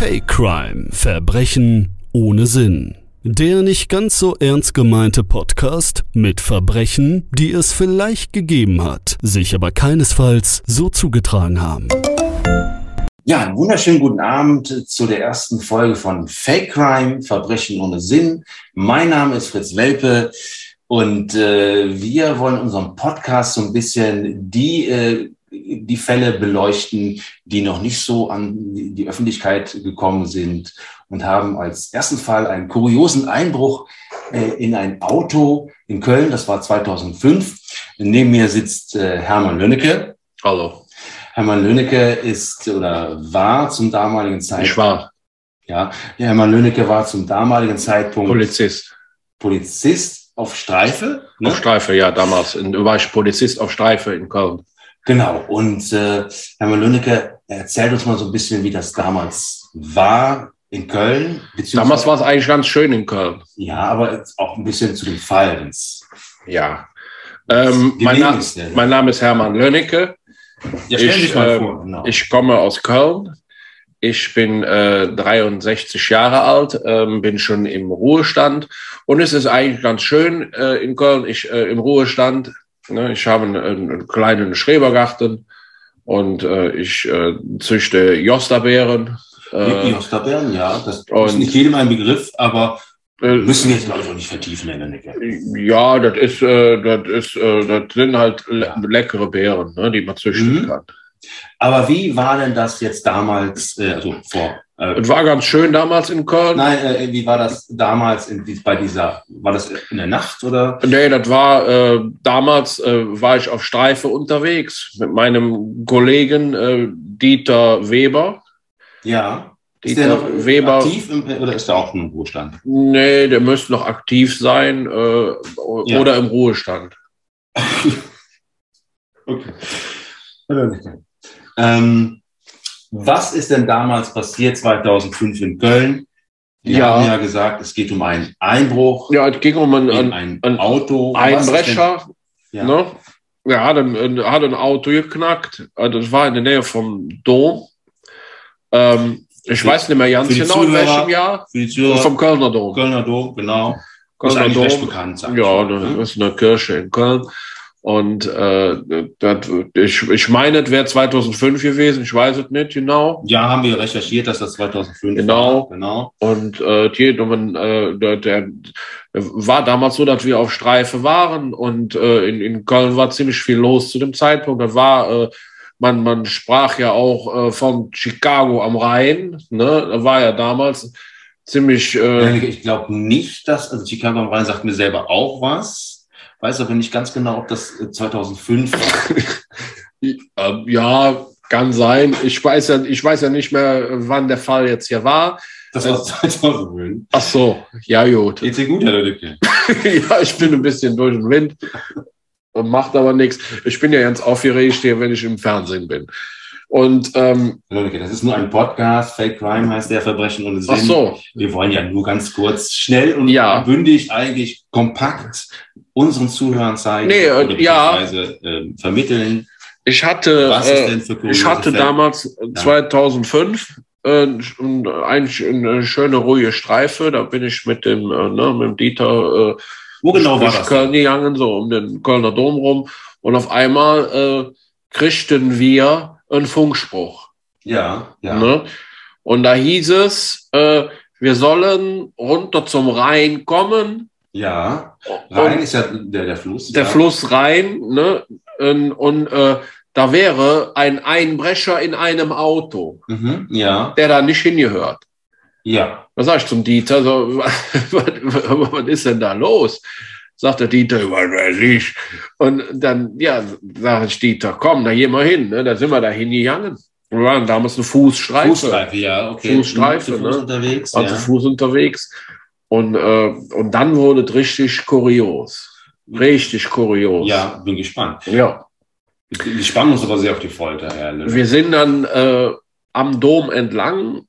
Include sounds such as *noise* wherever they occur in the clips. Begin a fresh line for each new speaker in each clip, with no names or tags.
High Crime Verbrechen ohne Sinn. Der nicht ganz so ernst gemeinte Podcast mit Verbrechen, die es vielleicht gegeben hat, sich aber keinesfalls so zugetragen haben.
Ja, einen wunderschönen guten Abend zu der ersten Folge von Fake Crime, Verbrechen ohne Sinn. Mein Name ist Fritz Welpe und äh, wir wollen unseren Podcast so ein bisschen die, äh, die Fälle beleuchten, die noch nicht so an die Öffentlichkeit gekommen sind und haben als ersten Fall einen kuriosen Einbruch äh, in ein Auto in Köln. Das war 2005. Neben mir sitzt äh, Hermann Lönnecke.
Hallo.
Hermann Löhnecke ist oder war zum damaligen
Ich
Zeitpunkt.
war
Ja, der Hermann Löhnecke war zum damaligen Zeitpunkt
Polizist
Polizist auf Streife. Ne?
auf Streife, ja, damals. In, war ich Polizist auf Streife in Köln.
genau. Und äh, Hermann Löhnecke, erzählt uns mal so ein bisschen, wie das damals war in Köln. beziehungsweise-
Damals war es eigentlich ganz schön in Köln.
Ja, aber jetzt auch ein bisschen zu dem Fall, wenn's.
Ja. Ähm, mein,
Gelegen
Na
ist, ja.
mein Name ist Hermann Lönnecke.
Ja, stell
ich,
dich mal
ähm,
vor. Genau.
Ich komme aus Köln. Ich bin äh, 63 Jahre alt, ähm, bin schon im Ruhestand und es ist eigentlich ganz schön äh, in Köln. Ich äh, im Ruhestand. Ne, ich habe einen, einen kleinen Schrebergarten und äh, ich äh, züchte Josterbeeren.
Äh,
Äh,
Josterbeeren, ja, das ist
und-
nicht jedem ein Begriff, aber
äh,
müssen wir jetzt, glaube ich, auch nicht vertiefen, Herr Lönnecke.
Ja, das ist, äh, das ist, äh, das sind halt le
Ja.
leckere Beeren, ne, die man züchten
Mhm.
kann.
Aber wie war denn das jetzt damals, äh, also vor, äh,
Es war ganz schön damals in Köln.
Nein, äh, wie war das damals in, dies- bei dieser, war das in der Nacht oder?
Nee, das war äh, damals äh, war ich auf Streife unterwegs mit meinem Kollegen äh, Dieter Weber.
Ja. Ist der
Dieter
noch
Weber.
aktiv im, oder ist er auch im Ruhestand?
Nee, der müsste noch aktiv sein äh, o-
Ja.
oder im Ruhestand.
Okay. Ähm, was ist denn damals passiert 2005 in Köln? Wir
Ja.
haben ja gesagt, es geht um einen Einbruch
Ja, es ging um einen,
in
einen
ein
ein
Auto. Was ist
Einbrecher.
denn- Ja.
Ne? Er hat ein, ein, hat ein Auto geknackt. Also Das war in der Nähe vom Dom. Ähm, ich
Für-
weiß nicht mehr ganz
für die
genau, in
Zuhörer-
welchem Jahr.
Für die Zuhörer,
Vom Kölner Dom.
Kölner Dom, genau. ist
Kölner
eigentlich recht
Dom.
bekannt. sag ich
Ja,
mal, ne?
das ist eine Kirche in Köln. Und äh, das, ich, ich meine, es wäre 2005 gewesen. Ich weiß es nicht genau.
Ja, haben wir recherchiert, dass das 2005
Genau.
war. Genau.
Und äh, die, man, äh, der, der äh, war damals so, dass wir auf Streife waren und äh, in, in Köln war ziemlich viel los zu dem Zeitpunkt. Das war, äh, man, man sprach ja auch äh, von Chicago am Rhein. Ne? Das war ja damals ziemlich. Äh,
Ich glaube nicht, dass, also Chicago am Rhein sagt mir selber auch was. Weiß aber nicht ganz genau, ob das äh, 2005 war.
Ähm, ja, kann sein. Ich weiß ja, ich weiß ja nicht mehr, wann der Fall jetzt hier war.
Das war 2005.
Ach so, ja gut.
Geht's dir gut, Herr Lüdecke?
*laughs* ja, ich bin ein bisschen durch den Wind. Macht aber nichts. Ich bin ja ganz aufgeregt hier, wenn ich im Fernsehen bin. Und ähm,
Herr Lüdecke, das ist nur ein Podcast. Fake Crime heißt der Verbrechen ohne Sinn.
ach so,
Wir wollen ja nur ganz kurz, schnell und
Ja.
bündig eigentlich kompakt unseren Zuhörern zeigen
Nee, äh,
oder
ja.
beziehungsweise, ähm, vermitteln,
ich hatte,
was es
äh,
denn für
ich
kuriose
hatte
Fälle-
damals äh, 2005 äh, ein- eigentlich eine schöne ruhige Streife. Da bin ich mit dem, äh, ne, mit dem Dieter äh,
Wo genau war
durch
das?
Köln gegangen, so um den Kölner Dom rum. Und auf einmal äh, kriegten wir einen Funkspruch.
Ja, ja.
Ne? Und da hieß es, äh, wir sollen runter zum Rhein kommen.
Ja,
Und
Rhein ist ja der, der Fluss.
der
ja.
Fluss Rhein. Ne? Und, und äh, da wäre ein Einbrecher in einem Auto,
Mhm, ja,
der da nicht hingehört.
ja.
Was sag ich zum Dieter? So, *laughs* was, was, was ist denn da los? Sagt der Dieter, was weiß ich. Und dann, ja, sag ich Dieter, komm, da gehen wir hin. Ne? Da sind wir da hingegangen. Wir waren damals eine Fußstreife.
Fußstreife, ja, okay.
Fußstreife,
Zu Fuß
ne?
unterwegs.
Waren zu
Ja.
Fuß unterwegs. Und, äh, und dann wurde es richtig kurios. Richtig kurios.
ja, bin gespannt.
ja.
Die Spannung ist aber sehr auf die Folter, Herr Löwe.
Wir sind dann äh, am Dom entlang,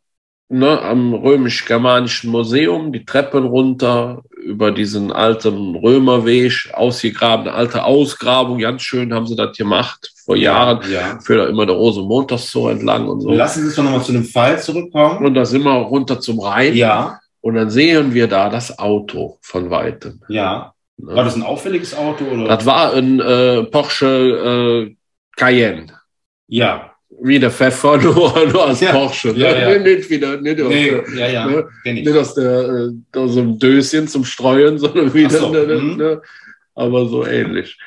ne, am römisch-germanischen Museum, die Treppen runter, über diesen alten Römerweg ausgegraben, eine alte Ausgrabung, ganz schön haben sie das gemacht vor Jahren.
Ja.
Führt auch immer der Rosenmontags so entlang und so.
Lassen Sie uns doch nochmal zu dem Fall zurückkommen.
Und da sind wir runter zum Rhein
Ja,
und dann sehen wir da das Auto von weitem.
ja.
ne?
War das ein auffälliges Auto oder?
Das war ein äh, Porsche äh, Cayenne.
ja.
Wie der Pfeffer, *laughs* nur, nur als
Ja,
Porsche. ne?
ja, ja.
Nicht wieder, nicht aus,
Nee,
der-
ja, ja,
ne?
kenn ich.
nicht aus, der, äh, aus dem Döschen zum Streuen, *laughs* sondern wieder,
Ach so,
ne, ne,
mhm.
ne, aber so ähnlich.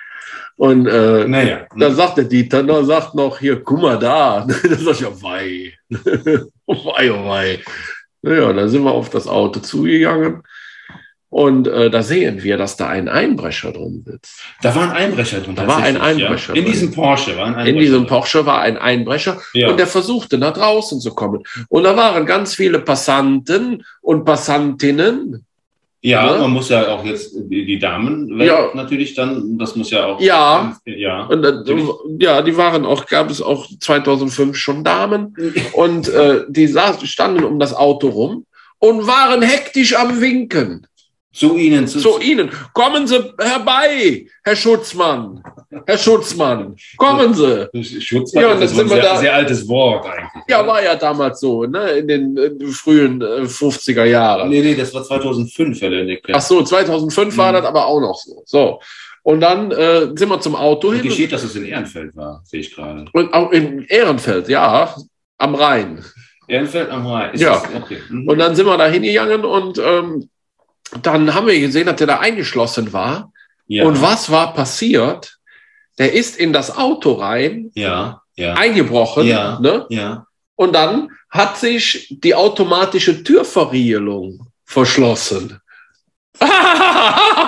Und äh,
Naja.
da sagt der Dieter, da sagt noch, hier, guck mal da. *laughs* Da sag ich, ja, wei. *laughs* wei, oh wei. Naja, da sind wir auf das Auto zugegangen und äh, da sehen wir, dass da ein Einbrecher drin sitzt.
Da war ein Einbrecher drin.
Da war ein
tatsächlich,
Einbrecher
Ja. In
drin.
diesem Porsche war ein Einbrecher.
In diesem
drin.
Porsche war ein Einbrecher
Ja.
und der versuchte nach draußen zu kommen. Und da waren ganz viele Passanten und Passantinnen.
ja,
ne?
man muss ja auch jetzt die, die Damen
Ja.
natürlich dann, das muss ja auch.
Ja.
Ja.
Und, äh,
Natürlich.
ja, die waren auch, gab es auch 2005 schon Damen. Und äh, die saßen, standen um das Auto rum und waren hektisch am Winken
Zu Ihnen zu.
zu ihnen. Kommen Sie herbei, Herr Schutzmann. Herr Schutzmann, kommen Sie.
Schutzmann
Ja,
ist das
und dann
ist ein
sind wir
sehr,
da-
sehr altes Wort eigentlich.
Ja, war ja damals so, ne, in den äh, frühen äh, 50er Jahren.
Nee, nee, das war 2005, Herr Lenneck.
Ach so, 2005 war
Mhm.
das aber auch noch so. So. Und dann äh, sind wir zum Auto
Wie
hin.
geschieht, dass es in Ehrenfeld war, sehe ich gerade.
Und auch in Ehrenfeld, ja, am Rhein.
Ehrenfeld am Rhein. Ist
Ja.
das- Okay. Mhm.
Und dann sind wir da hingegangen und ähm, dann haben wir gesehen, dass der da eingeschlossen war.
ja.
Und was war passiert? Der ist in das Auto rein,
ja, ja,
eingebrochen.
Ja.
Ne?
ja.
Und dann hat sich die automatische Türverriegelung verschlossen. *laughs*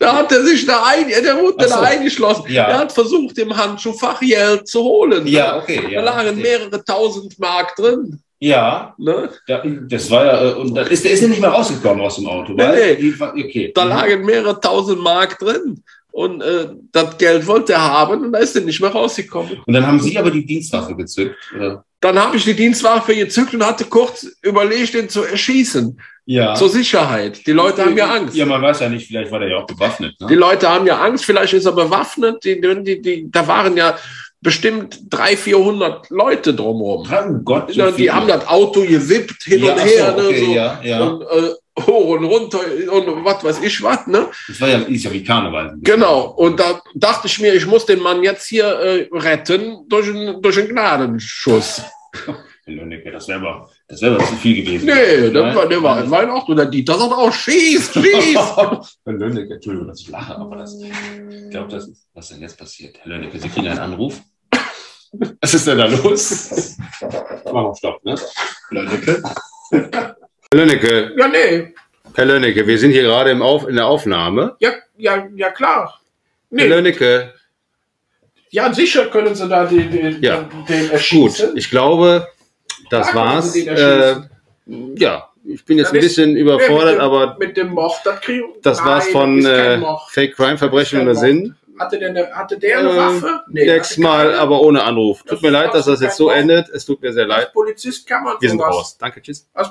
da hat er sich da, ein, der wurde
Ach so.
da eingeschlossen.
Ja.
Er hat versucht, im Handschuhfach Geld zu holen. ne?
Ja, okay.
Da
Ja,
lagen
verstehe.
mehrere tausend Mark drin.
ja
Ne?
da, das war ja, äh, und da ist, der ist ja nicht mehr rausgekommen aus dem Auto, weil,
Nee, nee.
die war- okay.
Da lagen mehrere tausend Mark drin. Und äh, das Geld wollte er haben und da ist er nicht mehr rausgekommen.
Und dann haben sie aber die Dienstwaffe gezückt. oder?
Dann habe ich die Dienstwaffe gezückt und hatte kurz überlegt, ihn zu erschießen.
Ja.
Zur Sicherheit. Die Leute haben ja Angst.
Ja, man weiß ja nicht, vielleicht war der ja auch bewaffnet.
Die
Ne?
Leute haben ja Angst, vielleicht ist er bewaffnet. Die, die, die, die, da waren ja bestimmt 300, 400 Leute drumherum.
Oh Gott, so
Ja, die
viele.
haben das Auto gewippt hin
ja,
und
ach
her.
So, okay,
ne, so.
ja, ja.
Und äh, hoch und runter und was weiß ich was. Ne?
Das war ja, ist ja wie Karneval.
Genau. Und da dachte ich mir, ich muss den Mann jetzt hier äh, retten durch einen, durch
*laughs*
einen Gnadenschuss.
Herr Lönnecke, das wäre aber, das wäre aber zu viel gewesen.
Nee,
Nein.
der war,
*laughs*
der war, war in Ordnung. Der Dieter sagt auch, schieß, schieß.
Herr Lönnecke, Entschuldigung, dass ich lache, aber das, ich glaube, das ist, was denn jetzt passiert? Herr Lönnecke, Sie kriegen einen
*laughs*
Anruf. Was ist denn da los? Warum stopp, ne? Lönnecke?
Herr Lönnecke,
ja, nee.
Herr Lönnecke, wir sind hier gerade im Auf, in der Aufnahme.
Ja, ja, ja klar.
Herr
Nee,
Lönnecke,
ja, sicher können sie da den, den,
Ja.
den
gut,
erschießen.
ich glaube, das
Klar
war's.
können Sie den
Äh,
erschießen.
ja, ich bin jetzt
Das
ein
ist-
bisschen
Nee, mit
überfordert,
dem,
aber
Mit dem Mord, das kriegen
das war's
Nein,
von
das ist kein
äh,
Mord.
Fake Crime Verbrechen
Das
oder
ist kein
Sinn.
Hatte der eine, hatte der eine
Äh,
Waffe?
nächstes
hatte
Mal,
keine.
aber ohne Anruf. Tut mir
ist
leid, dass das
absolut
jetzt so
kein Mord.
endet. Es tut mir sehr leid.
Als Polizist kann man
Wir sind
sowas.
raus. Danke, tschüss.
Als